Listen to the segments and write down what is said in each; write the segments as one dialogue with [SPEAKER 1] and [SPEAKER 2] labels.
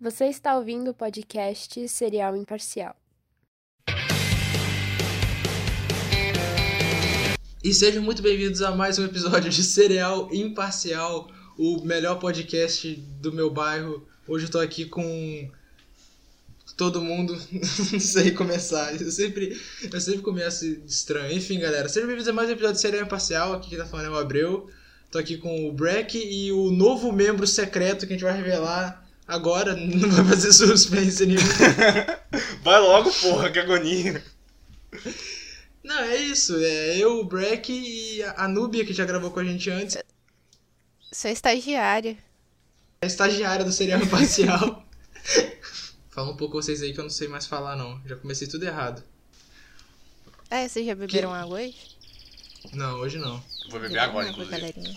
[SPEAKER 1] Você está ouvindo o podcast Serial Imparcial.
[SPEAKER 2] E sejam muito bem-vindos a mais um episódio de Cereal Imparcial, o melhor podcast do meu bairro. Hoje eu tô aqui com todo mundo, não sei começar, eu sempre, eu sempre começo estranho. Enfim, galera, sejam bem-vindos a mais um episódio de Cereal Imparcial, aqui que tá falando é o Abreu. Tô aqui com o Breck e o novo membro secreto que a gente vai revelar agora, não vai fazer suspense nenhum.
[SPEAKER 3] Vai logo, porra, que agonia.
[SPEAKER 2] Não, é isso, é eu, o Breck e a a Núbia, que já gravou com a gente antes.
[SPEAKER 4] Sou estagiária.
[SPEAKER 2] É estagiária do serial imparcial. Fala um pouco vocês aí que eu não sei mais falar, não. Já comecei tudo errado.
[SPEAKER 4] É, vocês já beberam água hoje?
[SPEAKER 2] Não, hoje não.
[SPEAKER 3] Vou
[SPEAKER 4] Eu
[SPEAKER 3] beber
[SPEAKER 4] bebi
[SPEAKER 3] agora,
[SPEAKER 4] água,
[SPEAKER 3] inclusive.
[SPEAKER 4] galerinha.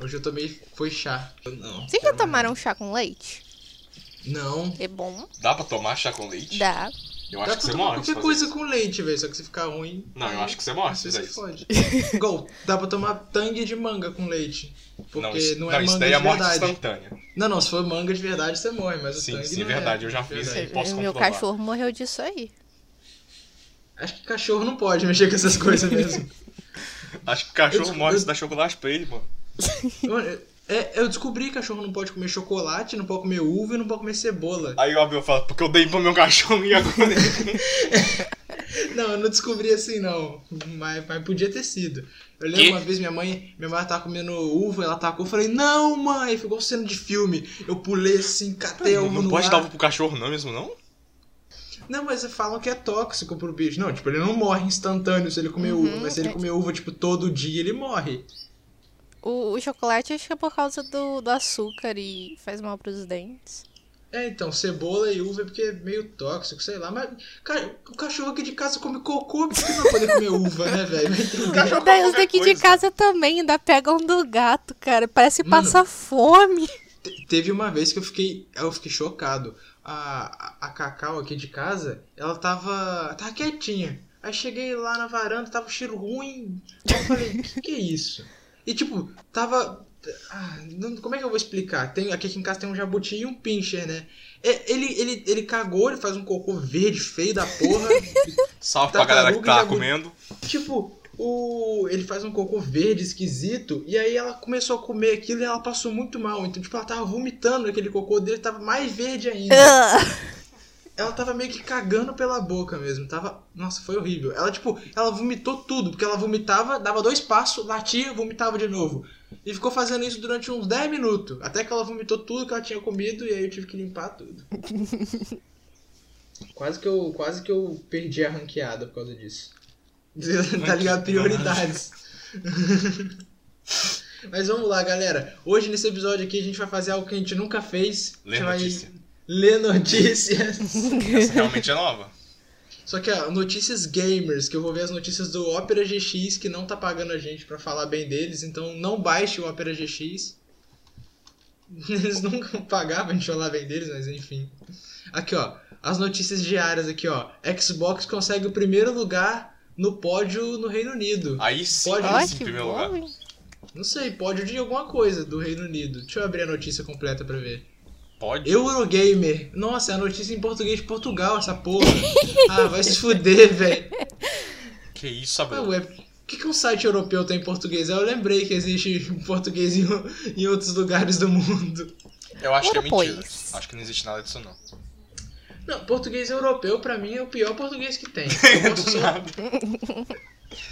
[SPEAKER 2] Hoje eu tomei foi chá. Eu Não.
[SPEAKER 4] Vocês já tomaram chá com leite?
[SPEAKER 2] Não.
[SPEAKER 4] É bom?
[SPEAKER 3] Dá pra tomar chá com leite?
[SPEAKER 4] Dá.
[SPEAKER 3] Eu acho
[SPEAKER 2] Dá
[SPEAKER 3] que
[SPEAKER 2] pra
[SPEAKER 3] você
[SPEAKER 2] tomar
[SPEAKER 3] morre. se
[SPEAKER 2] qualquer
[SPEAKER 3] fazer
[SPEAKER 2] coisa
[SPEAKER 3] isso.
[SPEAKER 2] com leite, velho. Só que se ficar ruim.
[SPEAKER 3] Não, eu acho que você morre se
[SPEAKER 2] Você
[SPEAKER 3] fizer
[SPEAKER 2] se
[SPEAKER 3] é isso.
[SPEAKER 2] fode. Igual, dá pra tomar tangue de manga com leite. Porque não,
[SPEAKER 3] Não, isso,
[SPEAKER 2] é
[SPEAKER 3] não, isso
[SPEAKER 2] manga
[SPEAKER 3] daí
[SPEAKER 2] de
[SPEAKER 3] é morte
[SPEAKER 2] verdade.
[SPEAKER 3] instantânea.
[SPEAKER 2] Não, não, se for manga de verdade, você morre, mas o
[SPEAKER 3] Sim,
[SPEAKER 2] tangue
[SPEAKER 3] sim,
[SPEAKER 2] não é
[SPEAKER 3] verdade, eu já
[SPEAKER 2] de
[SPEAKER 3] fiz
[SPEAKER 2] verdade.
[SPEAKER 3] aí. posso
[SPEAKER 4] Meu
[SPEAKER 3] comprovar.
[SPEAKER 4] cachorro morreu disso aí.
[SPEAKER 2] Acho que cachorro não pode mexer com essas coisas mesmo.
[SPEAKER 3] Acho que cachorro
[SPEAKER 2] Eu-
[SPEAKER 3] morre
[SPEAKER 2] eu-
[SPEAKER 3] se dá chocolate pra ele, mano.
[SPEAKER 2] Mano, eu- é, eu descobri que cachorro não pode comer chocolate, não pode comer uva e não pode comer cebola.
[SPEAKER 3] Aí o Abel fala, porque eu dei pro meu cachorro e agora ele...
[SPEAKER 2] Não, eu não descobri assim, não. Mas, mas podia ter sido. Eu lembro
[SPEAKER 3] Quê?
[SPEAKER 2] uma vez minha mãe, minha mãe tava comendo uva, ela tacou, eu falei, não, mãe, ficou cena de filme. Eu pulei assim, catei a
[SPEAKER 3] Não,
[SPEAKER 2] uva no
[SPEAKER 3] pode
[SPEAKER 2] ar.
[SPEAKER 3] dar uva pro cachorro não mesmo, não?
[SPEAKER 2] Não, mas falam que é tóxico pro bicho. Não, tipo, ele não morre instantâneo se ele comer
[SPEAKER 3] Uhum,
[SPEAKER 2] uva, mas se ele
[SPEAKER 4] é.
[SPEAKER 2] comer uva, tipo, todo dia, ele morre.
[SPEAKER 4] O, o chocolate acho que é por causa do, do açúcar e faz mal pros dentes.
[SPEAKER 2] É, então, cebola e uva é porque é meio tóxico, sei lá, mas cara, o cachorro aqui de casa come cocô, por que não vai poder comer uva, né, velho? Vai entender.
[SPEAKER 3] Cachorro
[SPEAKER 4] Daí
[SPEAKER 3] come Ah, qualquer
[SPEAKER 4] os daqui de
[SPEAKER 3] coisa.
[SPEAKER 4] casa também ainda pegam do gato, cara. Parece
[SPEAKER 2] Mano.
[SPEAKER 3] Hum.
[SPEAKER 4] passar fome.
[SPEAKER 2] Te- Teve uma vez que eu fiquei, eu fiquei chocado. A, a, a Cacau aqui de casa, ela tava, tava quietinha. Aí cheguei lá na varanda, tava um cheiro ruim. Aí eu falei, que que é isso? E tipo, tava. ah, não- como é que eu vou explicar? Tem, aqui em casa tem um jabuti e um pincher, né? É, ele, ele, ele cagou, ele faz um cocô verde feio da porra.
[SPEAKER 3] Salve pra galera que
[SPEAKER 2] Tartaruga
[SPEAKER 3] tá
[SPEAKER 2] já-
[SPEAKER 3] comendo.
[SPEAKER 2] Tipo, o... ele faz um cocô verde esquisito, e aí ela começou a comer aquilo e ela passou muito mal. Então, tipo, ela tava vomitando aquele cocô dele, tava mais verde ainda.
[SPEAKER 4] Ah,
[SPEAKER 2] Ela tava meio que cagando pela boca mesmo. Tava. Nossa, foi horrível. Ela, tipo, ela vomitou tudo, porque ela vomitava, dava dois passos, latia, vomitava de novo. E ficou fazendo isso durante uns 10 minutos. Até que ela vomitou tudo que ela tinha comido, e aí eu tive que limpar tudo. quase, que eu, quase que eu perdi a ranqueada por causa disso. tá ligado? Prioridades. Mas vamos lá, galera. Hoje nesse episódio aqui a gente vai fazer algo que a gente nunca fez. A
[SPEAKER 3] Ler
[SPEAKER 2] gente vai
[SPEAKER 3] notícia.
[SPEAKER 2] Ler notícias.
[SPEAKER 3] Essa realmente é nova.
[SPEAKER 2] Só que, ó, notícias gamers, que eu vou ver as notícias do Opera GX, que não tá pagando a gente pra falar bem deles, então não baixe o Opera GX. Eles nunca pagavam a gente falar bem deles, mas enfim. Aqui, ó, as notícias diárias aqui, ó. Xbox consegue o primeiro lugar no pódio no Reino Unido.
[SPEAKER 3] Aí sim,
[SPEAKER 2] Pode
[SPEAKER 3] aí
[SPEAKER 4] Ó,
[SPEAKER 3] sim, em
[SPEAKER 4] que
[SPEAKER 3] primeiro
[SPEAKER 4] bom,
[SPEAKER 3] lugar.
[SPEAKER 4] hein?
[SPEAKER 2] Não sei, pódio de alguma coisa do Reino Unido. Deixa eu abrir a notícia completa pra ver.
[SPEAKER 3] Pode.
[SPEAKER 2] Eurogamer. Nossa, é a notícia em português de Portugal, essa porra. ah, vai se fuder, velho.
[SPEAKER 3] Que isso,
[SPEAKER 2] Ué,
[SPEAKER 3] Abel.
[SPEAKER 2] ué, o que, que um site europeu tem em português? Aí Eu lembrei que existe em português em, o- em outros lugares do mundo.
[SPEAKER 3] Eu acho que é
[SPEAKER 4] Europois.
[SPEAKER 3] mentira. Acho que não existe nada disso, não.
[SPEAKER 2] Não, português europeu pra mim é o pior português que tem. Eu gosto,
[SPEAKER 3] Do
[SPEAKER 2] só-
[SPEAKER 3] nada.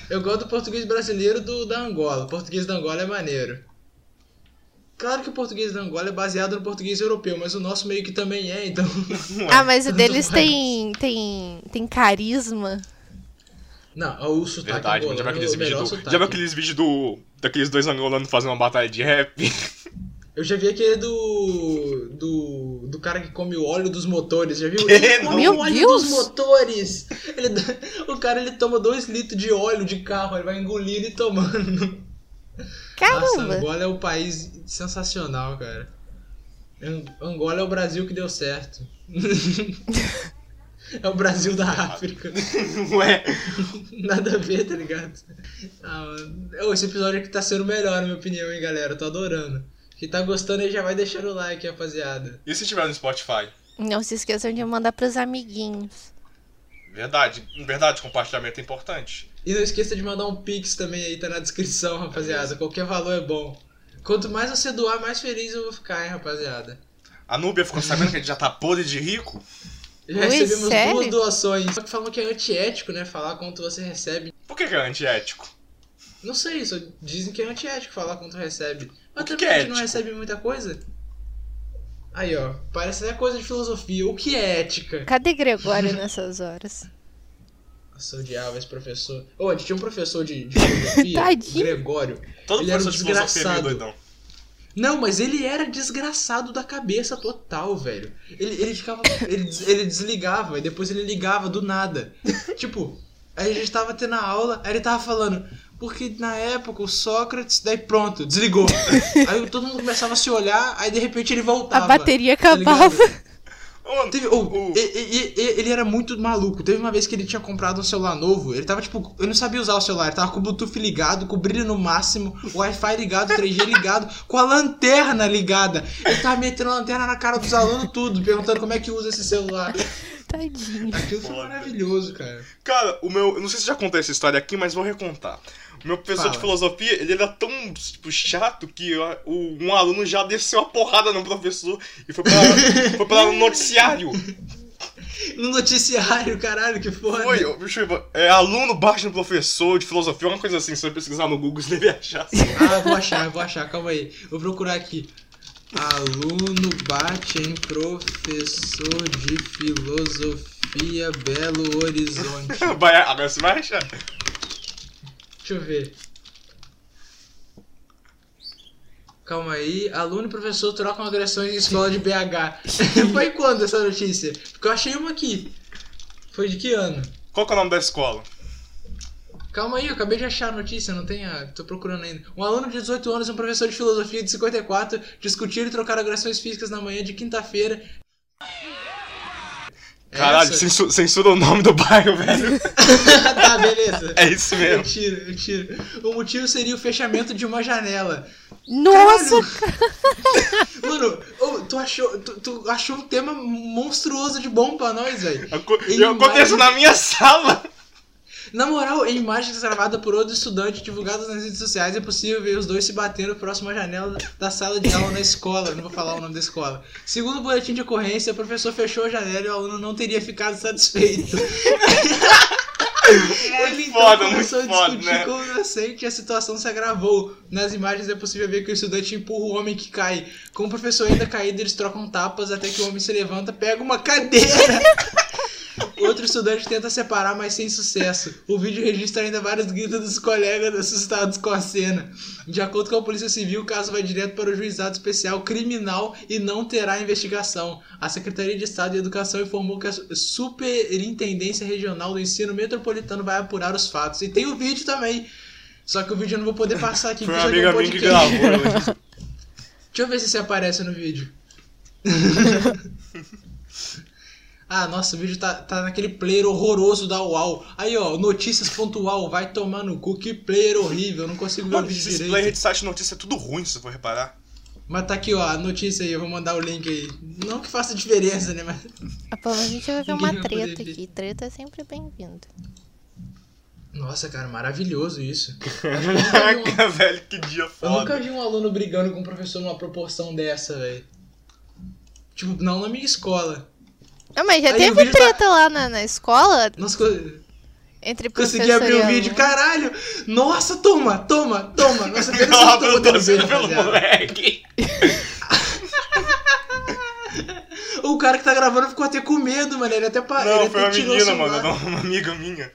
[SPEAKER 2] eu gosto do português brasileiro do, da Angola. O português da Angola é maneiro. Claro que o português da Angola é baseado no português europeu, mas o nosso meio que também é, então.
[SPEAKER 4] Ah, mas o
[SPEAKER 2] Tanto
[SPEAKER 4] deles
[SPEAKER 2] faz.
[SPEAKER 4] tem, tem, tem carisma.
[SPEAKER 2] Não, o sotaque
[SPEAKER 3] Verdade, mano. Já viu
[SPEAKER 2] angolano
[SPEAKER 3] aqueles
[SPEAKER 2] é o melhor
[SPEAKER 3] vídeos do.
[SPEAKER 2] sotaque.
[SPEAKER 3] Já viu aqueles vídeos do. Daqueles dois angolanos fazendo uma batalha de rap?
[SPEAKER 2] Eu já vi aquele do. do. do cara que come o óleo dos motores, já viu?
[SPEAKER 3] Que?
[SPEAKER 2] Ele come
[SPEAKER 4] Meu
[SPEAKER 2] o óleo
[SPEAKER 4] Deus!
[SPEAKER 2] dos motores! Ele dá- o cara ele toma dois litros de óleo de carro, ele vai engolindo e tomando. Nossa,
[SPEAKER 4] Caramba!
[SPEAKER 2] Angola é um país sensacional, cara. An- Angola é o Brasil que deu certo. é o Brasil da África.
[SPEAKER 3] Ué.
[SPEAKER 2] Nada a ver, tá ligado? Ah, mano. Ô, esse episódio aqui tá sendo o melhor, na minha opinião, hein, galera. Eu tô adorando. Que tá gostando aí já vai deixando o like, rapaziada.
[SPEAKER 3] E se tiver no Spotify?
[SPEAKER 4] Não se esqueçam de mandar pros amiguinhos.
[SPEAKER 3] Verdade, verdade, compartilhamento é importante.
[SPEAKER 2] E não esqueça de mandar um pix também aí, tá na descrição, rapaziada. Qualquer valor é bom. Quanto mais você doar, mais feliz eu vou ficar, hein, rapaziada.
[SPEAKER 3] A Núbia ficou sabendo que a gente já tá podre de rico?
[SPEAKER 2] Já
[SPEAKER 4] Ui,
[SPEAKER 2] recebemos
[SPEAKER 4] sério?
[SPEAKER 2] duas doações. Só que falam que é antiético, né? Falar quanto você recebe.
[SPEAKER 3] Por que, que é antiético?
[SPEAKER 2] Não sei, só dizem que é antiético falar quanto recebe. Mas
[SPEAKER 3] O
[SPEAKER 2] também
[SPEAKER 3] que que é
[SPEAKER 2] a gente não
[SPEAKER 3] ético?
[SPEAKER 2] recebe muita coisa. Aí, ó. Parece até coisa de filosofia. O que é ética?
[SPEAKER 4] Cadê Gregório nessas horas?
[SPEAKER 2] Nossa, eu odiava esse professor. Ô, a gente tinha um professor de, de filosofia,
[SPEAKER 4] Tadinho.
[SPEAKER 2] Gregório.
[SPEAKER 3] Todo
[SPEAKER 2] Ele era um
[SPEAKER 3] professor de filosofia é meio
[SPEAKER 2] desgraçado.
[SPEAKER 3] doidão.
[SPEAKER 2] Não, mas ele era desgraçado da cabeça total, velho. Ele, ele ficava. Ele, des- ele desligava e depois ele ligava do nada. Tipo, aí a gente tava tendo a aula, aí ele tava falando. Porque na época o Sócrates, daí pronto, desligou. aí todo mundo começava a se olhar, aí de repente ele voltava.
[SPEAKER 4] A bateria
[SPEAKER 2] tá ligado?
[SPEAKER 4] acabava.
[SPEAKER 3] Ô,
[SPEAKER 2] Teve, oh,
[SPEAKER 3] O-
[SPEAKER 2] e- e- e- ele era muito maluco. Teve uma vez que ele tinha comprado um celular novo. Ele tava tipo. Eu não sabia usar o celular. Ele tava com o Bluetooth ligado, com o brilho no máximo, o Wi-Fi ligado, 3G ligado, com a lanterna ligada. Ele tava metendo a lanterna na cara dos alunos, tudo, perguntando como é que usa esse celular.
[SPEAKER 4] Tadinho.
[SPEAKER 2] Aquilo foi
[SPEAKER 3] Foda.
[SPEAKER 2] maravilhoso, cara.
[SPEAKER 3] Cara, o meu. eu Não sei se eu já contei essa história aqui, mas vou recontar. O meu professor
[SPEAKER 2] Fala.
[SPEAKER 3] de filosofia, ele era tão tipo, chato que ó, o- um aluno já desceu a porrada no professor e foi pra, foi pra um noticiário.
[SPEAKER 2] No noticiário, caralho, que foda.
[SPEAKER 3] Foi, ó, deixa eu ver, é aluno baixo no professor de filosofia, uma coisa assim, se você pesquisar no Google, você deve achar.
[SPEAKER 2] Ah, eu vou achar, eu vou achar, calma aí. Vou procurar aqui. Aluno bate em professor de filosofia Belo Horizonte.
[SPEAKER 3] Vai, agora você vai achar.
[SPEAKER 2] Deixa eu ver. Calma aí, aluno e professor trocam agressões em escola de BH. Foi quando essa notícia? Porque eu achei uma aqui. Foi de que ano?
[SPEAKER 3] Qual que é o nome da escola?
[SPEAKER 2] Calma aí, eu acabei de achar a notícia, não tem a. tô procurando ainda. Um aluno de 18 anos e um professor de filosofia de 54 discutiram e trocaram agressões físicas na manhã de quinta-feira.
[SPEAKER 3] Caralho,
[SPEAKER 2] É Essa-
[SPEAKER 3] censu- censura o nome do bairro, velho.
[SPEAKER 2] tá, beleza.
[SPEAKER 3] É isso
[SPEAKER 2] Eu
[SPEAKER 3] mesmo.
[SPEAKER 2] tiro, eu tiro. O motivo seria o fechamento de uma janela.
[SPEAKER 4] Nossa,
[SPEAKER 2] Mano, ô, tu, achou, tu, tu achou um tema monstruoso de bom pra nós, velho.
[SPEAKER 3] Aco-
[SPEAKER 2] Em
[SPEAKER 3] E aconteceu
[SPEAKER 2] mais-
[SPEAKER 3] na minha sala.
[SPEAKER 2] Na moral, em imagens gravadas por outro estudante divulgadas nas redes sociais, é possível ver os dois se batendo próximo à janela da sala de aula na escola. Eu Não vou falar o nome da escola. Segundo o boletim de ocorrência, o professor fechou a janela e o aluno não teria ficado satisfeito. Ele então
[SPEAKER 3] foda,
[SPEAKER 2] começou
[SPEAKER 3] muito
[SPEAKER 2] a
[SPEAKER 3] foda,
[SPEAKER 2] discutir
[SPEAKER 3] né?
[SPEAKER 2] com o inocente e a situação se agravou. Nas imagens é possível ver que o estudante empurra o homem que cai. Com o professor ainda caído, eles trocam tapas até que o homem se levanta, pega uma cadeira. Outro estudante tenta separar, mas sem sucesso. O vídeo registra ainda vários gritos dos colegas assustados com a cena. De acordo com a Polícia Civil, o caso vai direto para o juizado especial criminal e não terá investigação. A Secretaria de Estado de Educação informou que a Superintendência Regional do Ensino Metropolitano vai apurar os fatos. E tem o vídeo também. Só que o vídeo eu não vou poder passar aqui.
[SPEAKER 3] Foi
[SPEAKER 2] porque
[SPEAKER 3] uma
[SPEAKER 2] isso aqui é um
[SPEAKER 3] amiga minha que
[SPEAKER 2] podcast.
[SPEAKER 3] gravou. ela disse,
[SPEAKER 2] Deixa eu ver se você aparece no vídeo. ah, nossa, o vídeo tá, tá naquele player horroroso da UAU. Aí, ó, notícias.uau, vai tomar no cu, que player horrível, eu não consigo ver o
[SPEAKER 3] Mano,
[SPEAKER 2] vídeo
[SPEAKER 3] esses
[SPEAKER 2] direito.
[SPEAKER 3] players de site de notícia é tudo ruim, se você for reparar.
[SPEAKER 2] Mas tá aqui, ó, a notícia aí, eu vou mandar o link aí. Não que faça diferença, né, mas...
[SPEAKER 4] Ah, Pelo menos a gente vai ver
[SPEAKER 2] Ninguém
[SPEAKER 4] uma
[SPEAKER 2] vai poder
[SPEAKER 4] treta
[SPEAKER 2] ver.
[SPEAKER 4] aqui. Treta é sempre bem-vindo.
[SPEAKER 2] Nossa, cara, maravilhoso isso.
[SPEAKER 3] Caraca, velho, que dia
[SPEAKER 2] Eu nunca
[SPEAKER 3] foda.
[SPEAKER 2] vi um aluno brigando com um professor numa proporção dessa, velho. Tipo, não na minha escola.
[SPEAKER 4] Não, Ah, mas já
[SPEAKER 2] Aí, o
[SPEAKER 4] teve
[SPEAKER 2] vídeo tá-
[SPEAKER 4] treta lá na, na escola
[SPEAKER 2] Nossa, co-
[SPEAKER 4] entre professor
[SPEAKER 2] Consegui abrir
[SPEAKER 4] e
[SPEAKER 2] o
[SPEAKER 4] aluno.
[SPEAKER 2] vídeo, caralho! Nossa, toma, toma, toma! Nossa, pega
[SPEAKER 3] Ela
[SPEAKER 2] essa
[SPEAKER 3] abriu
[SPEAKER 2] toma
[SPEAKER 3] o
[SPEAKER 2] dando
[SPEAKER 3] torcida
[SPEAKER 2] beijo,
[SPEAKER 3] pelo
[SPEAKER 2] rapaziada.
[SPEAKER 3] moleque.
[SPEAKER 2] O cara que tá gravando ficou até com medo, mano. Ele até parou.
[SPEAKER 3] Não,
[SPEAKER 2] ele
[SPEAKER 3] foi
[SPEAKER 2] até
[SPEAKER 3] uma
[SPEAKER 2] tirou o
[SPEAKER 3] menina,
[SPEAKER 2] celular.
[SPEAKER 3] mano, não, uma amiga minha.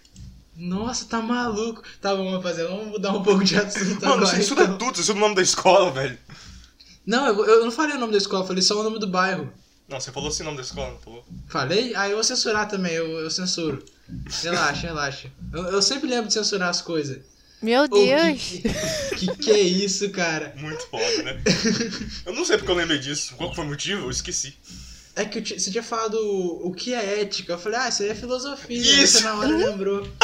[SPEAKER 2] Nossa, tá maluco. Tá bom, rapaziada, vamos mudar um pouco de assunto
[SPEAKER 3] Mano, é-
[SPEAKER 2] agora.
[SPEAKER 3] censura
[SPEAKER 2] então.
[SPEAKER 3] tudo, censura o nome da escola, velho.
[SPEAKER 2] Não, eu, eu não falei o nome da escola, eu falei só o nome do bairro.
[SPEAKER 3] Não, você falou assim o nome da escola, não falou?
[SPEAKER 2] Falei? Ah, eu vou censurar também, eu, eu censuro. Relaxa, relaxa. Eu, eu sempre lembro de censurar as coisas.
[SPEAKER 4] Meu
[SPEAKER 2] Ô, que-
[SPEAKER 4] Deus.
[SPEAKER 2] Que que é isso, cara?
[SPEAKER 3] Muito foda, né? Eu não sei porque eu lembrei disso. Qual que foi o motivo? Eu esqueci.
[SPEAKER 2] É que eu ti- você tinha falado o o que é ética. Eu falei, ah, isso aí é filosofia.
[SPEAKER 3] Isso.
[SPEAKER 2] Você na hora lembrou.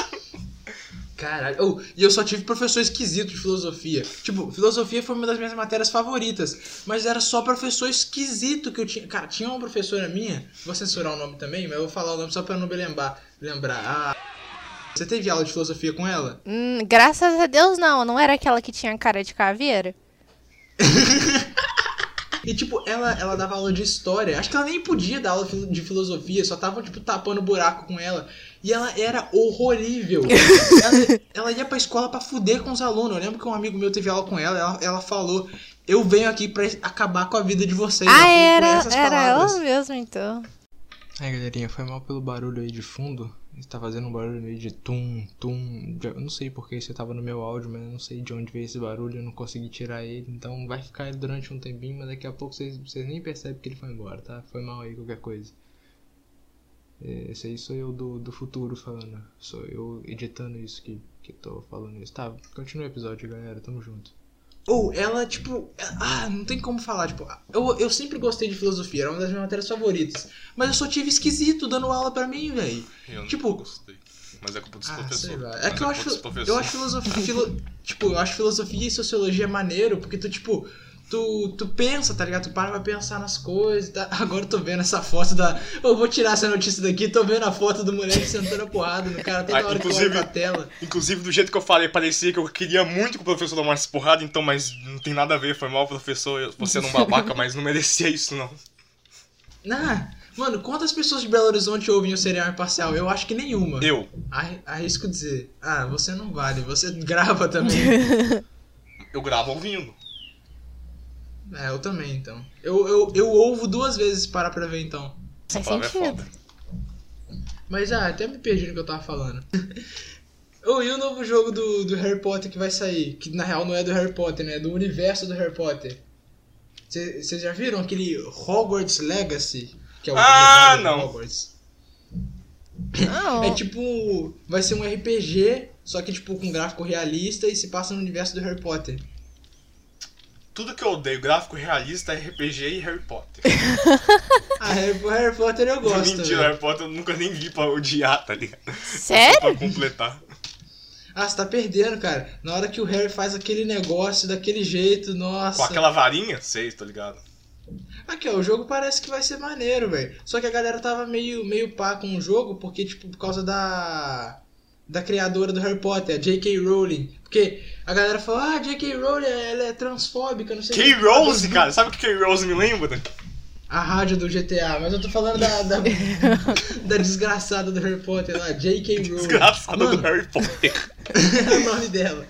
[SPEAKER 2] Caralho. Oh, e eu só tive professor esquisito de filosofia. Tipo, filosofia foi uma das minhas matérias favoritas. Mas era só professor esquisito que eu tinha. Cara, tinha uma professora minha. Vou censurar o nome também, mas eu vou falar o nome só pra não me lembrar. Lembrar. Ah. Você teve aula de filosofia com ela?
[SPEAKER 4] Hum, graças a Deus não, não era aquela que tinha cara de caveira?
[SPEAKER 2] E, tipo, ela, ela dava aula de história. Acho que ela nem podia dar aula filo- de filosofia, só tava, tipo, tapando buraco com ela. E ela era horrorível. ela, ela ia pra escola pra fuder com os alunos. Eu lembro que um amigo meu teve aula com ela, ela, ela falou: Eu venho aqui pra acabar com a vida de vocês. Ela
[SPEAKER 4] ah,
[SPEAKER 2] falou com
[SPEAKER 4] era,
[SPEAKER 2] essas
[SPEAKER 4] era
[SPEAKER 2] palavras.
[SPEAKER 4] ela mesmo então.
[SPEAKER 2] Ai, É, galerinha, foi mal pelo barulho aí de fundo. Você tá fazendo um barulho meio de tum, tum. de- Eu não sei porque você tava no meu áudio, mas eu não sei de onde veio esse barulho, eu não consegui tirar ele. Então vai ficar ele durante um tempinho, mas daqui a pouco vocês, vocês nem percebem que ele foi embora, tá? Foi mal aí qualquer coisa. É, Esse aí sou eu do, do futuro falando. Sou eu editando isso que, que eu tô falando isso. Tá, continua o episódio, galera. Tamo junto. Ou ela, tipo. Ah, não tem como falar. Tipo, eu, eu sempre gostei de filosofia, era uma das minhas matérias favoritas. Mas eu só tive esquisito dando aula pra mim, velho.
[SPEAKER 3] Eu
[SPEAKER 2] Tipo-
[SPEAKER 3] não gostei. Mas é culpa dos
[SPEAKER 2] Ah, sei
[SPEAKER 3] professores.
[SPEAKER 2] lá.
[SPEAKER 3] Mas
[SPEAKER 2] É que eu
[SPEAKER 3] culpa
[SPEAKER 2] acho,
[SPEAKER 3] dos professores.
[SPEAKER 2] eu acho filosofia, filo- tipo, eu acho filosofia e sociologia maneiro, porque tu, tipo, tu, tu pensa, tá ligado? Tu para pra pensar nas coisas, tá? Agora eu tô vendo essa foto da... Eu vou tirar essa notícia daqui, tô vendo a foto do moleque sentando a porrada no cara toda
[SPEAKER 3] Ah,
[SPEAKER 2] hora que eu olho
[SPEAKER 3] inclusive-
[SPEAKER 2] pra tela.
[SPEAKER 3] Inclusive, do jeito que eu falei, parecia que eu queria muito que o professor tomasse porrada, então, mas não tem nada a ver. Foi mal, professor. eu- Você é um babaca, mas não merecia isso, não.
[SPEAKER 2] Ah, mano, quantas pessoas de Belo Horizonte ouvem o Serial Imparcial? Eu acho que nenhuma.
[SPEAKER 3] Eu.
[SPEAKER 2] Arri- Arrisco dizer. Ah, você não vale, você grava também.
[SPEAKER 3] Eu gravo ouvindo.
[SPEAKER 2] é, eu também, então. Eu, eu, eu ouvo duas vezes para pra ver, então.
[SPEAKER 4] Faz
[SPEAKER 3] palavra é
[SPEAKER 4] sentido.
[SPEAKER 2] Mas, ah, até me perdi no que eu tava falando. oh, e o novo jogo do, do Harry Potter que vai sair? Que, na real, não é do Harry Potter, né? É do universo do Harry Potter. Vocês já viram aquele Hogwarts Legacy? Que é o
[SPEAKER 3] Ah,
[SPEAKER 2] legado de
[SPEAKER 3] não.
[SPEAKER 2] Hogwarts.
[SPEAKER 4] Não,
[SPEAKER 2] É tipo. Vai ser um RPG, só que tipo com gráfico realista e se passa no universo do Harry Potter.
[SPEAKER 3] Tudo que eu odeio, gráfico realista, RPG e Harry Potter.
[SPEAKER 2] Ah, Harry, Harry Potter eu gosto. né?
[SPEAKER 3] Mentira,
[SPEAKER 2] velho.
[SPEAKER 3] Harry Potter eu nunca nem li pra odiar, tá ligado?
[SPEAKER 4] sério?
[SPEAKER 3] Pra completar.
[SPEAKER 2] Ah, você tá perdendo, cara. Na hora que o Harry faz aquele negócio daquele jeito,
[SPEAKER 3] Com
[SPEAKER 2] nossa.
[SPEAKER 3] aquela varinha, sei, tá ligado?
[SPEAKER 2] Aqui, ó, o jogo parece que vai ser maneiro, velho. Só que a galera tava meio, meio pá com o jogo, porque, tipo, por causa da. Da criadora do Harry Potter, a J.K. Rowling. Porque a galera falou, ah, J.K. Rowling, ela é transfóbica, não sei o
[SPEAKER 3] K.
[SPEAKER 2] quê."
[SPEAKER 3] Rose, cara. Sabe o que K. Rose me lembra?
[SPEAKER 2] a rádio do GTA, mas eu tô falando da, da, da desgraçada do Harry Potter lá, J.K. Rowling.
[SPEAKER 3] Desgraçada do
[SPEAKER 2] Mano,
[SPEAKER 3] Harry Potter.
[SPEAKER 2] é o nome dela.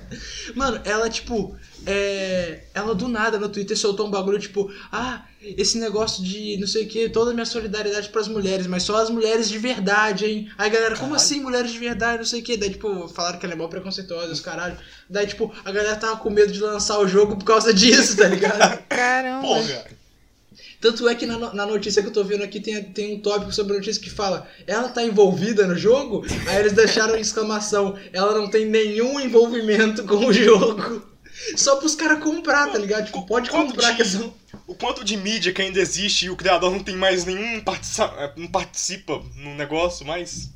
[SPEAKER 2] Mano, ela, tipo, é, ela do nada no Twitter soltou um bagulho, tipo, ah, esse negócio de não sei o que, toda a minha solidariedade pras mulheres, mas só as mulheres de verdade, hein? Aí, galera, como
[SPEAKER 3] Caralho.
[SPEAKER 2] assim mulheres de verdade, não sei o que? Daí, tipo, falaram que ela é mó preconceituosa, os caralho. Daí, tipo, a galera tava com medo de lançar o jogo por causa disso, tá ligado?
[SPEAKER 4] Caramba.
[SPEAKER 3] Porra.
[SPEAKER 2] Tanto é que na, no- na notícia que eu tô vendo aqui tem, tem um tópico sobre a notícia que fala ela tá envolvida no jogo? Aí eles deixaram em exclamação, ela não tem nenhum envolvimento com o jogo. Só pros caras comprar, tá ligado? Tipo, pode
[SPEAKER 3] Quanto
[SPEAKER 2] comprar
[SPEAKER 3] de-
[SPEAKER 2] que são...
[SPEAKER 3] O quanto de mídia que ainda existe e o criador não tem mais nenhum participa, eh, não participa no negócio mais.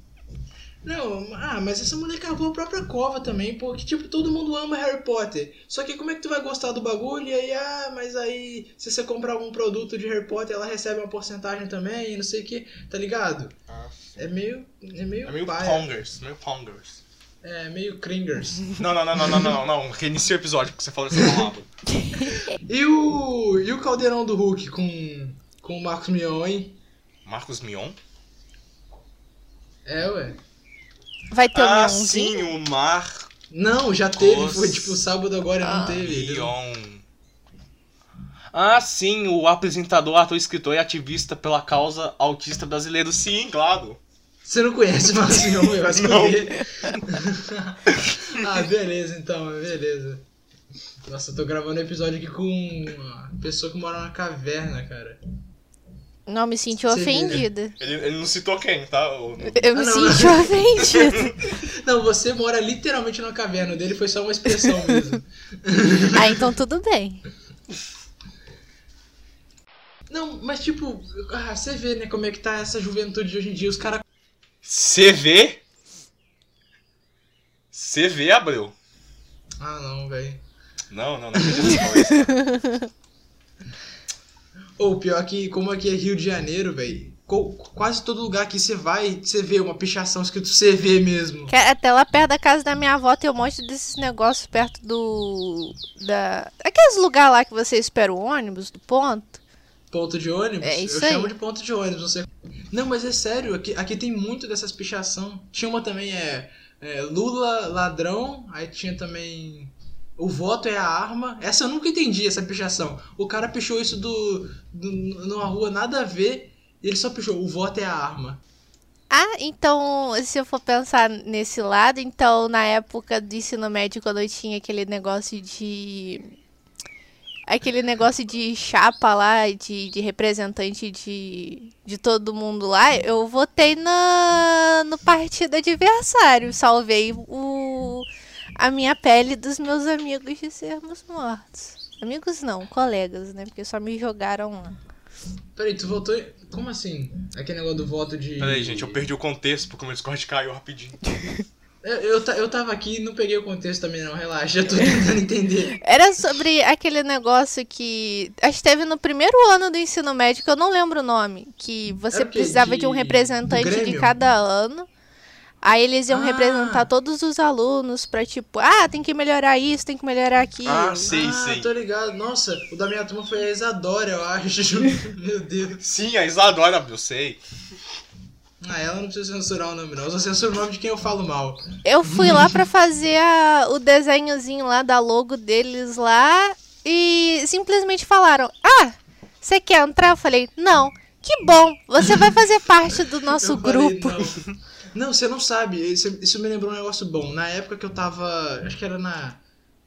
[SPEAKER 2] Não, ah, mas essa mulher cavou a própria cova também, porque, tipo, todo mundo ama Harry Potter. Só que como é que tu vai gostar do bagulho? E aí, ah, mas aí, se você comprar algum produto de Harry Potter, ela recebe uma porcentagem também, e não sei o que, tá ligado? É meio. É meio.
[SPEAKER 3] É meio
[SPEAKER 2] paia.
[SPEAKER 3] Pongers, meio Pongers.
[SPEAKER 2] É, meio cringers.
[SPEAKER 3] Não, não, não, não, não, não, não. Reinicia o episódio porque você falou assim, essa palavra.
[SPEAKER 2] E o, e o caldeirão do Hulk com, com o Marcos Mion, hein?
[SPEAKER 3] Marcos Mion?
[SPEAKER 2] É, ué.
[SPEAKER 4] Vai ter um
[SPEAKER 3] ah,
[SPEAKER 4] leãozinho?
[SPEAKER 3] sim, o Mar
[SPEAKER 2] Não, já teve,
[SPEAKER 3] Nossa.
[SPEAKER 2] foi tipo sábado agora e não
[SPEAKER 4] Ah.
[SPEAKER 2] teve. Ele é não-
[SPEAKER 3] Mion. Ah, sim, o apresentador, ator, escritor e ativista pela causa autista brasileiro. Sim, claro.
[SPEAKER 2] Você não conhece o Marcos Mion, eu acho que
[SPEAKER 3] Não.
[SPEAKER 2] Ah, beleza então, beleza. Nossa, eu tô gravando um episódio aqui com uma pessoa que mora na caverna, cara.
[SPEAKER 4] Não me senti
[SPEAKER 2] Você vira.
[SPEAKER 4] ofendida.
[SPEAKER 3] Ele, ele não citou quem, tá? O-
[SPEAKER 4] Eu me
[SPEAKER 2] Ah, não,
[SPEAKER 4] senti ofendida.
[SPEAKER 2] Não, você mora literalmente na caverna, o dele foi só uma expressão mesmo.
[SPEAKER 4] ah, então tudo bem.
[SPEAKER 2] Não, mas tipo, ah, você vê, né, como é que tá essa juventude de hoje em dia, os caras
[SPEAKER 3] CV? CV Abreu.
[SPEAKER 2] Ah, não, velho.
[SPEAKER 3] Não, não, não acredito que falou isso.
[SPEAKER 2] Ou pior que, como aqui é Rio de Janeiro, velho, quase todo lugar que você vai, você vê uma pichação escrito CV mesmo.
[SPEAKER 4] Que é até lá perto da casa da minha avó tem um monte desses negócios perto do. Da. Aqueles lugar lá que você espera o ônibus do ponto.
[SPEAKER 2] Ponto de ônibus?
[SPEAKER 4] É isso
[SPEAKER 2] Eu
[SPEAKER 4] aí.
[SPEAKER 2] chamo de ponto de ônibus, não sei. Não, mas é sério, aqui, aqui tem muito dessas pichação. Tinha uma também, é, é, Lula ladrão, aí tinha também. O voto é a arma. Essa eu nunca entendi, essa pichação. O cara pichou isso do, do numa rua nada a ver, e ele só pichou, o voto é a arma.
[SPEAKER 4] Ah, então, se eu for pensar nesse lado, então na época do ensino médio, quando eu tinha aquele negócio de. Aquele negócio de chapa lá, de, de representante de, de todo mundo lá, eu votei na, no partido adversário. Salvei o, a minha pele dos meus amigos de sermos mortos. Amigos não, colegas, né? Porque só me jogaram lá.
[SPEAKER 2] Peraí, tu votou. em- Como assim? Aquele negócio do voto de.
[SPEAKER 3] Peraí, gente, eu perdi o contexto porque o meu Discord caiu rapidinho.
[SPEAKER 2] Eu, eu, ta- eu tava aqui e não peguei o contexto também, não. Relaxa, eu tô tentando entender.
[SPEAKER 4] Era sobre aquele negócio que. Acho que teve no primeiro ano do ensino médio, que eu não lembro o nome. Que você
[SPEAKER 2] Era o quê?
[SPEAKER 4] precisava de,
[SPEAKER 2] De-
[SPEAKER 4] um representante
[SPEAKER 2] do
[SPEAKER 4] de
[SPEAKER 2] Grêmio?
[SPEAKER 4] cada ano. Aí eles iam
[SPEAKER 2] Ah.
[SPEAKER 4] representar todos os alunos pra tipo, ah, tem que melhorar isso, tem que melhorar aquilo.
[SPEAKER 3] Ah, sim,
[SPEAKER 2] ah,
[SPEAKER 3] sim.
[SPEAKER 2] tô ligado. Nossa, o da minha turma foi a Isadora, eu acho. Meu Deus.
[SPEAKER 3] Sim, a Isadora, eu sei.
[SPEAKER 2] Ah, ela não precisa censurar o nome, não. Eu só censuro o nome de quem eu falo mal.
[SPEAKER 4] Eu fui lá pra fazer a- o desenhozinho lá da logo deles lá e simplesmente falaram: Ah, você quer entrar? Eu falei: Não, que bom, você vai fazer parte do nosso
[SPEAKER 2] Eu falei,
[SPEAKER 4] grupo.
[SPEAKER 2] não. não, você não sabe. Isso, isso me lembrou um negócio bom. Na época que eu tava. Acho que era na.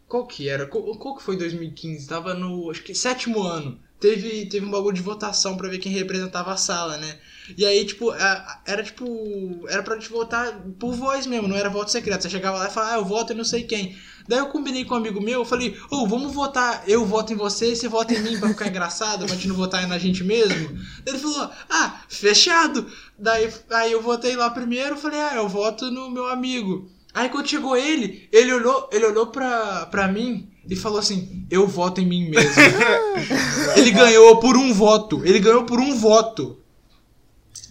[SPEAKER 2] Qual que era? Qual, qual que foi 2015? Tava no. Acho que sétimo ano. Teve, teve um bagulho de votação pra ver quem representava a sala, né? E aí, tipo, a- era tipo. Era pra te votar por voz mesmo, não era voto secreto. Você chegava lá e falava, ah, eu voto em não sei quem. Daí eu combinei com um amigo meu, eu falei, ô, vamos votar, eu voto em você, você vota em mim pra ficar engraçado, pra gente não votar na gente mesmo. Daí ele falou, ah, fechado. Daí aí eu votei lá primeiro, eu falei, ah, eu voto no meu amigo. Aí quando chegou ele, ele olhou, ele olhou pra, pra mim e falou assim, eu voto em mim mesmo. ele ganhou por um voto, ele ganhou por um voto.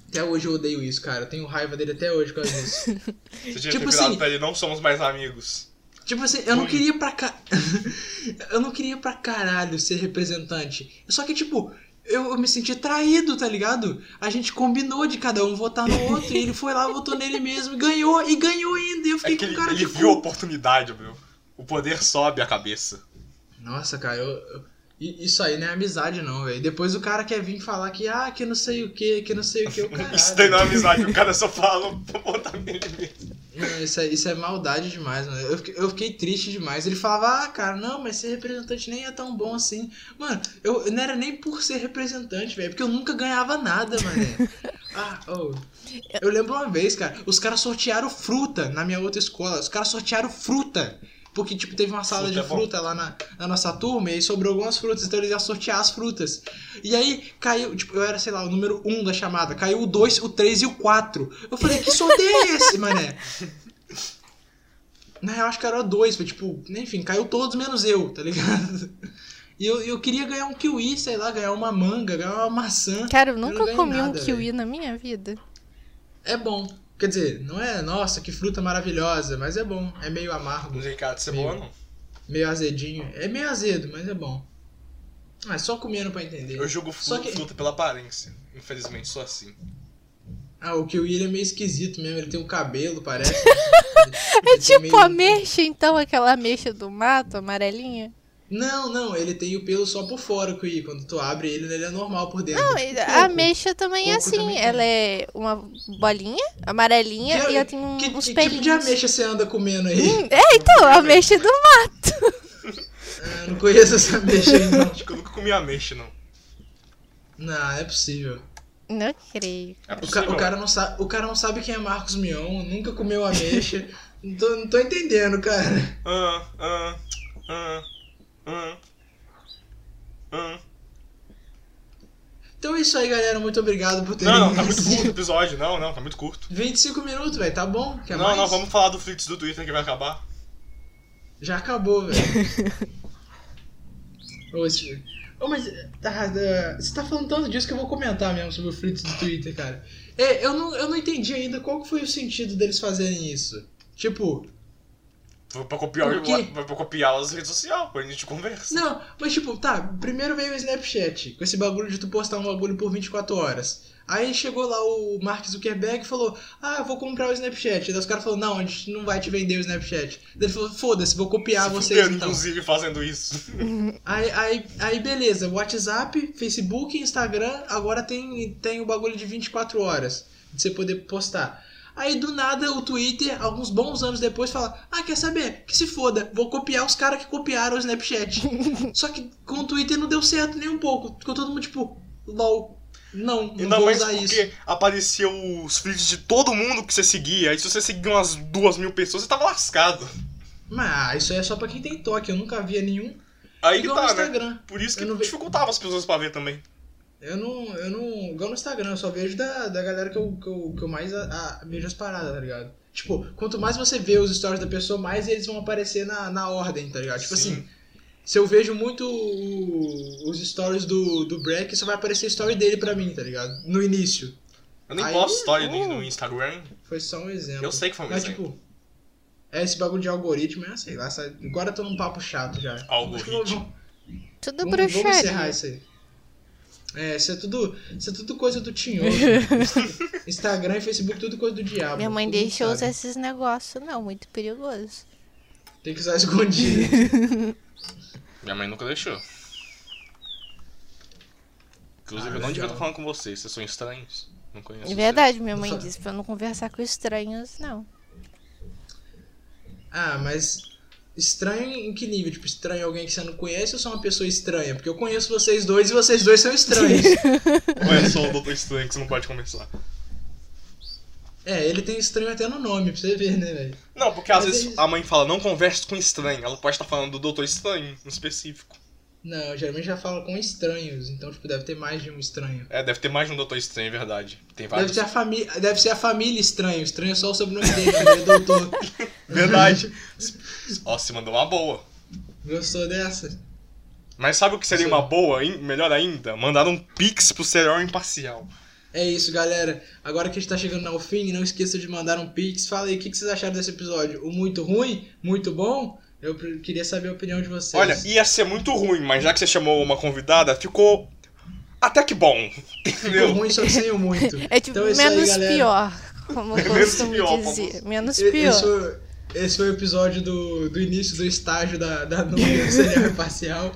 [SPEAKER 2] Até hoje eu odeio isso, cara. Eu tenho raiva dele até hoje com isso.
[SPEAKER 3] Você tinha
[SPEAKER 2] Tipo
[SPEAKER 3] tipo virado
[SPEAKER 2] assim-
[SPEAKER 3] pra ele, não somos mais amigos.
[SPEAKER 2] Tipo assim, eu não
[SPEAKER 3] Oi.
[SPEAKER 2] queria pra ca... Eu não queria pra caralho ser representante. Só que, tipo, eu, eu me senti traído, tá ligado? A gente combinou de cada um votar no outro e ele foi lá, votou nele mesmo, e ganhou, e ganhou ainda. E eu fiquei
[SPEAKER 3] É que
[SPEAKER 2] com
[SPEAKER 3] ele,
[SPEAKER 2] um cara
[SPEAKER 3] ele
[SPEAKER 2] de
[SPEAKER 3] viu a
[SPEAKER 2] cu.
[SPEAKER 3] oportunidade, meu. O poder sobe a cabeça.
[SPEAKER 2] Nossa, cara, eu- eu- i- Isso aí não é amizade, não, velho. Depois o cara quer vir falar que, ah, que não sei o que, que não sei o que.
[SPEAKER 3] Isso daí não é amizade, o cara só fala um pra botar nele mesmo.
[SPEAKER 2] Não, isso é, isso é maldade demais, mano. Eu fiquei, eu fiquei triste demais. Ele falava, ah, cara, não, mas ser representante nem é tão bom assim. Mano, eu, eu não era nem por ser representante, velho, porque eu nunca ganhava nada, mano. ah, oh. Eu lembro uma vez, cara, os caras sortearam fruta na minha outra escola. Os caras sortearam fruta. Porque, tipo, teve uma sala
[SPEAKER 3] Fruta é
[SPEAKER 2] de
[SPEAKER 3] bom.
[SPEAKER 2] fruta lá na, na nossa turma e aí sobrou algumas frutas, então eles iam sortear as frutas. E aí caiu, tipo, eu era, sei lá, o número 1 um da chamada. Caiu o 2, o 3 e o 4. Eu falei, que sorteio é esse, mané? Na real, acho que era dois, foi tipo, enfim, caiu todos menos eu, tá ligado? E eu, eu queria ganhar um kiwi, sei lá, ganhar uma manga, ganhar uma maçã.
[SPEAKER 4] Cara, eu
[SPEAKER 2] não
[SPEAKER 4] nunca
[SPEAKER 2] ganhei
[SPEAKER 4] comi um
[SPEAKER 2] nada,
[SPEAKER 4] kiwi na minha vida.
[SPEAKER 2] É bom. Quer dizer, não é, nossa, que fruta maravilhosa, mas é bom. É meio amargo,
[SPEAKER 3] Ricardo, você é boa, não?
[SPEAKER 2] meio azedinho. É meio azedo, mas é bom. Ah, é só comendo pra entender.
[SPEAKER 3] Eu julgo
[SPEAKER 2] Só
[SPEAKER 3] fru-
[SPEAKER 2] que-
[SPEAKER 3] fruta pela aparência. Infelizmente, sou assim.
[SPEAKER 2] Ah, o kiwi ele é meio esquisito mesmo, ele tem um cabelo, parece.
[SPEAKER 4] É
[SPEAKER 2] Ele tem
[SPEAKER 4] tipo
[SPEAKER 2] meio-
[SPEAKER 4] ameixa, então, aquela ameixa do mato, amarelinha.
[SPEAKER 2] Não, não, ele tem o pelo só por fora, o kiwi. Quando tu abre ele, ele é normal por dentro.
[SPEAKER 4] Não, a ameixa também é
[SPEAKER 2] Coco
[SPEAKER 4] assim.
[SPEAKER 2] também tem.
[SPEAKER 4] ela é uma bolinha, amarelinha,
[SPEAKER 2] Que-
[SPEAKER 4] e ela tem um,
[SPEAKER 2] Que,
[SPEAKER 4] uns
[SPEAKER 2] que tipo
[SPEAKER 4] pelinhos.
[SPEAKER 2] de ameixa você anda comendo aí?
[SPEAKER 4] Hum, É, então, a ameixa do
[SPEAKER 2] Ah, eu não conheço essa então. ameixa aí, não.
[SPEAKER 3] Acho que eu nunca comi ameixa, não. É
[SPEAKER 2] Não, é possível.
[SPEAKER 4] Não creio.
[SPEAKER 3] É
[SPEAKER 2] O, ca-
[SPEAKER 3] possível?
[SPEAKER 2] o cara não sabe, o cara não sabe quem é Marcos Mion, nunca comeu ameixa. não, tô, não tô entendendo, cara.
[SPEAKER 3] Ah, ah, ah, ah, ah.
[SPEAKER 2] Então é isso aí, galera. Muito obrigado por terem.
[SPEAKER 3] Não, não, tá muito curto o episódio. Não, não, tá muito curto.
[SPEAKER 2] 25 minutos, velho. Tá bom? Quer
[SPEAKER 3] não,
[SPEAKER 2] mais?
[SPEAKER 3] não, vamos falar do Flix do Twitter que vai acabar.
[SPEAKER 2] Já acabou, velho. Ô, esse- Ô, mas tá, tá, você tá falando tanto disso que eu vou comentar mesmo sobre o Fritz do Twitter, cara. É, eu não, eu não entendi ainda qual que foi o sentido deles fazerem isso. Tipo,
[SPEAKER 3] Foi Pra copiar,
[SPEAKER 2] Por quê?
[SPEAKER 3] pra copiar as redes sociais, pra gente conversa.
[SPEAKER 2] Não, mas tipo, tá, primeiro veio o Snapchat, com esse bagulho de tu postar um bagulho por 24 horas. Aí chegou lá o Mark Zuckerberg e falou: Ah, eu vou comprar o Snapchat. Daí os caras falaram: Não, a gente não vai te vender o Snapchat. Daí ele falou: Foda-se, vou copiar
[SPEAKER 3] Se
[SPEAKER 2] vocês
[SPEAKER 3] fuderam,
[SPEAKER 2] então.
[SPEAKER 3] inclusive, fazendo isso.
[SPEAKER 2] Aí, aí, aí beleza, WhatsApp, Facebook, Instagram, agora tem, tem o bagulho de 24 horas de você poder postar. Aí do nada o Twitter, alguns bons anos depois, fala: Ah, quer saber? Que se foda, vou copiar os caras que copiaram o Snapchat. Só que com o Twitter não deu certo nem um pouco. Ficou todo mundo tipo, LOL, não, não
[SPEAKER 3] Ainda
[SPEAKER 2] vou
[SPEAKER 3] mais
[SPEAKER 2] usar
[SPEAKER 3] porque
[SPEAKER 2] isso.
[SPEAKER 3] apareceu os feeds de todo mundo que você seguia. Aí se você seguia umas duas mil pessoas, você tava lascado.
[SPEAKER 2] Mas isso aí é só pra quem tem toque, eu nunca via nenhum.
[SPEAKER 3] Aí que
[SPEAKER 2] Igual no
[SPEAKER 3] tá, né?
[SPEAKER 2] Instagram.
[SPEAKER 3] Por isso que
[SPEAKER 2] Eu não vi-
[SPEAKER 3] dificultava as pessoas pra ver também.
[SPEAKER 2] Eu não, eu não. Igual no Instagram, eu só vejo da, da galera que eu, que eu, que eu mais a, a- vejo as paradas, tá ligado? Tipo, quanto mais você vê os stories da pessoa, mais eles vão aparecer na, na ordem, tá ligado? Tipo
[SPEAKER 3] Sim.
[SPEAKER 2] assim, se eu vejo muito o- os stories do, do Breck, só vai aparecer o story dele pra mim, tá ligado? No início.
[SPEAKER 3] Eu nem
[SPEAKER 2] Aí,
[SPEAKER 3] posto story no,
[SPEAKER 2] uh.
[SPEAKER 3] no Instagram.
[SPEAKER 2] Foi só um exemplo.
[SPEAKER 3] Eu sei que foi um
[SPEAKER 2] Mas,
[SPEAKER 3] exemplo.
[SPEAKER 2] tipo, é esse bagulho de algoritmo, é sei lá, sabe? agora eu tô num papo chato já.
[SPEAKER 3] Algoritmo.
[SPEAKER 2] Acho que eu vou-
[SPEAKER 4] Tudo
[SPEAKER 2] Vamos, vamos encerrar
[SPEAKER 4] bruxaria.
[SPEAKER 2] isso aí. É, isso é tudo, isso é tudo coisa do tinhoso. né? Instagram e Facebook, tudo coisa do diabo.
[SPEAKER 4] Minha mãe
[SPEAKER 2] Todo mundo
[SPEAKER 4] deixa eu usar
[SPEAKER 2] sabe.
[SPEAKER 4] esses negócios, não, muito perigoso.
[SPEAKER 2] Tem que usar escondido.
[SPEAKER 3] Minha mãe nunca deixou. Inclusive,
[SPEAKER 2] Ah,
[SPEAKER 3] eu não devia
[SPEAKER 2] legal.
[SPEAKER 3] estar falando com vocês, vocês são estranhos. Não conheço.
[SPEAKER 4] É
[SPEAKER 3] vocês.
[SPEAKER 4] verdade, minha mãe
[SPEAKER 2] Nossa.
[SPEAKER 4] disse pra eu não conversar com estranhos, não.
[SPEAKER 2] ah, mas estranho em que nível? Tipo, estranho é alguém que você não conhece ou só uma pessoa estranha? Porque eu conheço vocês dois e vocês dois são estranhos.
[SPEAKER 3] Ou é só o doutor estranho que você não pode conversar?
[SPEAKER 2] é, ele tem estranho até no nome, pra você ver, né, velho?
[SPEAKER 3] Não, porque às
[SPEAKER 2] Mas
[SPEAKER 3] vezes
[SPEAKER 2] eles-
[SPEAKER 3] a mãe fala, não converse com estranho. Ela pode estar falando do doutor estranho, no específico.
[SPEAKER 2] Não, eu geralmente já falo com estranhos, então, tipo, deve ter mais de um estranho.
[SPEAKER 3] É, deve ter mais de um doutor estranho, é verdade.
[SPEAKER 2] Deve
[SPEAKER 3] Tem vários.
[SPEAKER 2] ser, a famí- deve ser a família estranho, estranho é só o sobrenome dele, ele é doutor.
[SPEAKER 3] Verdade. Ó, se mandou uma boa.
[SPEAKER 2] Gostou dessa?
[SPEAKER 3] Mas sabe o que seria
[SPEAKER 2] Sim.
[SPEAKER 3] uma boa, hein? melhor ainda? Mandar um pix pro serial imparcial.
[SPEAKER 2] É isso, galera. Agora que a gente tá chegando ao fim, não esqueça de mandar um pix. Fala aí, o que, que vocês acharam desse episódio? O muito ruim? Muito bom? Eu pre- queria saber a opinião de vocês.
[SPEAKER 3] Olha, ia ser muito ruim, mas já que você chamou uma convidada, ficou até que bom.
[SPEAKER 2] ficou
[SPEAKER 3] Entendeu?
[SPEAKER 2] ruim, só que sem o muito.
[SPEAKER 4] É tipo,
[SPEAKER 2] Então é isso aí,
[SPEAKER 4] menos
[SPEAKER 2] galera.
[SPEAKER 4] pior, como eu
[SPEAKER 3] Menos
[SPEAKER 4] costumo
[SPEAKER 3] pior,
[SPEAKER 4] dizer. Menos
[SPEAKER 2] E-
[SPEAKER 4] pior.
[SPEAKER 2] Esse foi, esse foi o episódio do, do início do estágio da, da do serial parcial.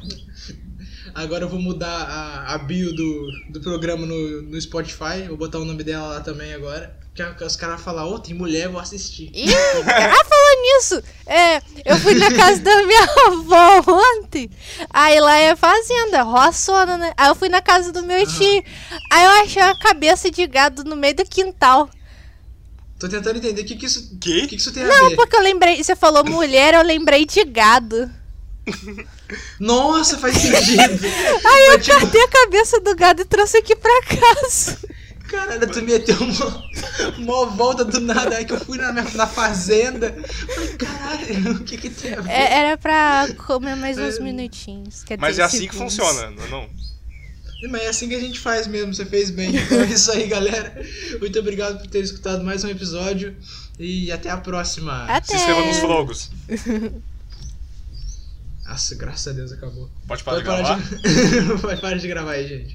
[SPEAKER 2] Agora eu vou mudar a, a bio do, do programa no, no Spotify. Vou botar o nome dela lá também agora. Porque os caras falam, ô, tem mulher, vou assistir.
[SPEAKER 4] Ih, ah, falando nisso, é, eu fui na casa da minha avó ontem. Aí lá é fazenda, roçona, né? Aí eu fui na casa do meu tio. Aí eu achei a cabeça de gado no meio do quintal.
[SPEAKER 2] Tô tentando entender o que, que, isso, o
[SPEAKER 3] Que?
[SPEAKER 2] que, que isso tem
[SPEAKER 3] É.
[SPEAKER 2] a ver.
[SPEAKER 4] Porque eu lembrei, você falou mulher, eu lembrei de gado.
[SPEAKER 2] Nossa, faz sentido. Mas, tipo,
[SPEAKER 4] Cadê a cabeça do gado e trouxe aqui pra casa?
[SPEAKER 2] Caralho, tu meteu uma, uma volta do nada aí que eu fui na, minha- na fazenda. Falei, caralho, o que que tem a ver?
[SPEAKER 4] É, era pra comer mais uns minutinhos. quer
[SPEAKER 3] É. Mas
[SPEAKER 4] dizer,
[SPEAKER 3] é assim que
[SPEAKER 4] segundos.
[SPEAKER 3] funciona, não? é não?
[SPEAKER 2] Mas é assim que a gente faz mesmo, você fez bem. Então é isso aí, galera. Muito obrigado por ter escutado mais um episódio e até a próxima.
[SPEAKER 4] Até.
[SPEAKER 3] Se inscreva
[SPEAKER 4] É.
[SPEAKER 3] nos vlogs.
[SPEAKER 2] Nossa, graças a Deus acabou.
[SPEAKER 3] Pode parar de
[SPEAKER 2] Pode
[SPEAKER 3] gravar.
[SPEAKER 2] parar de- Pode parar de gravar aí, gente.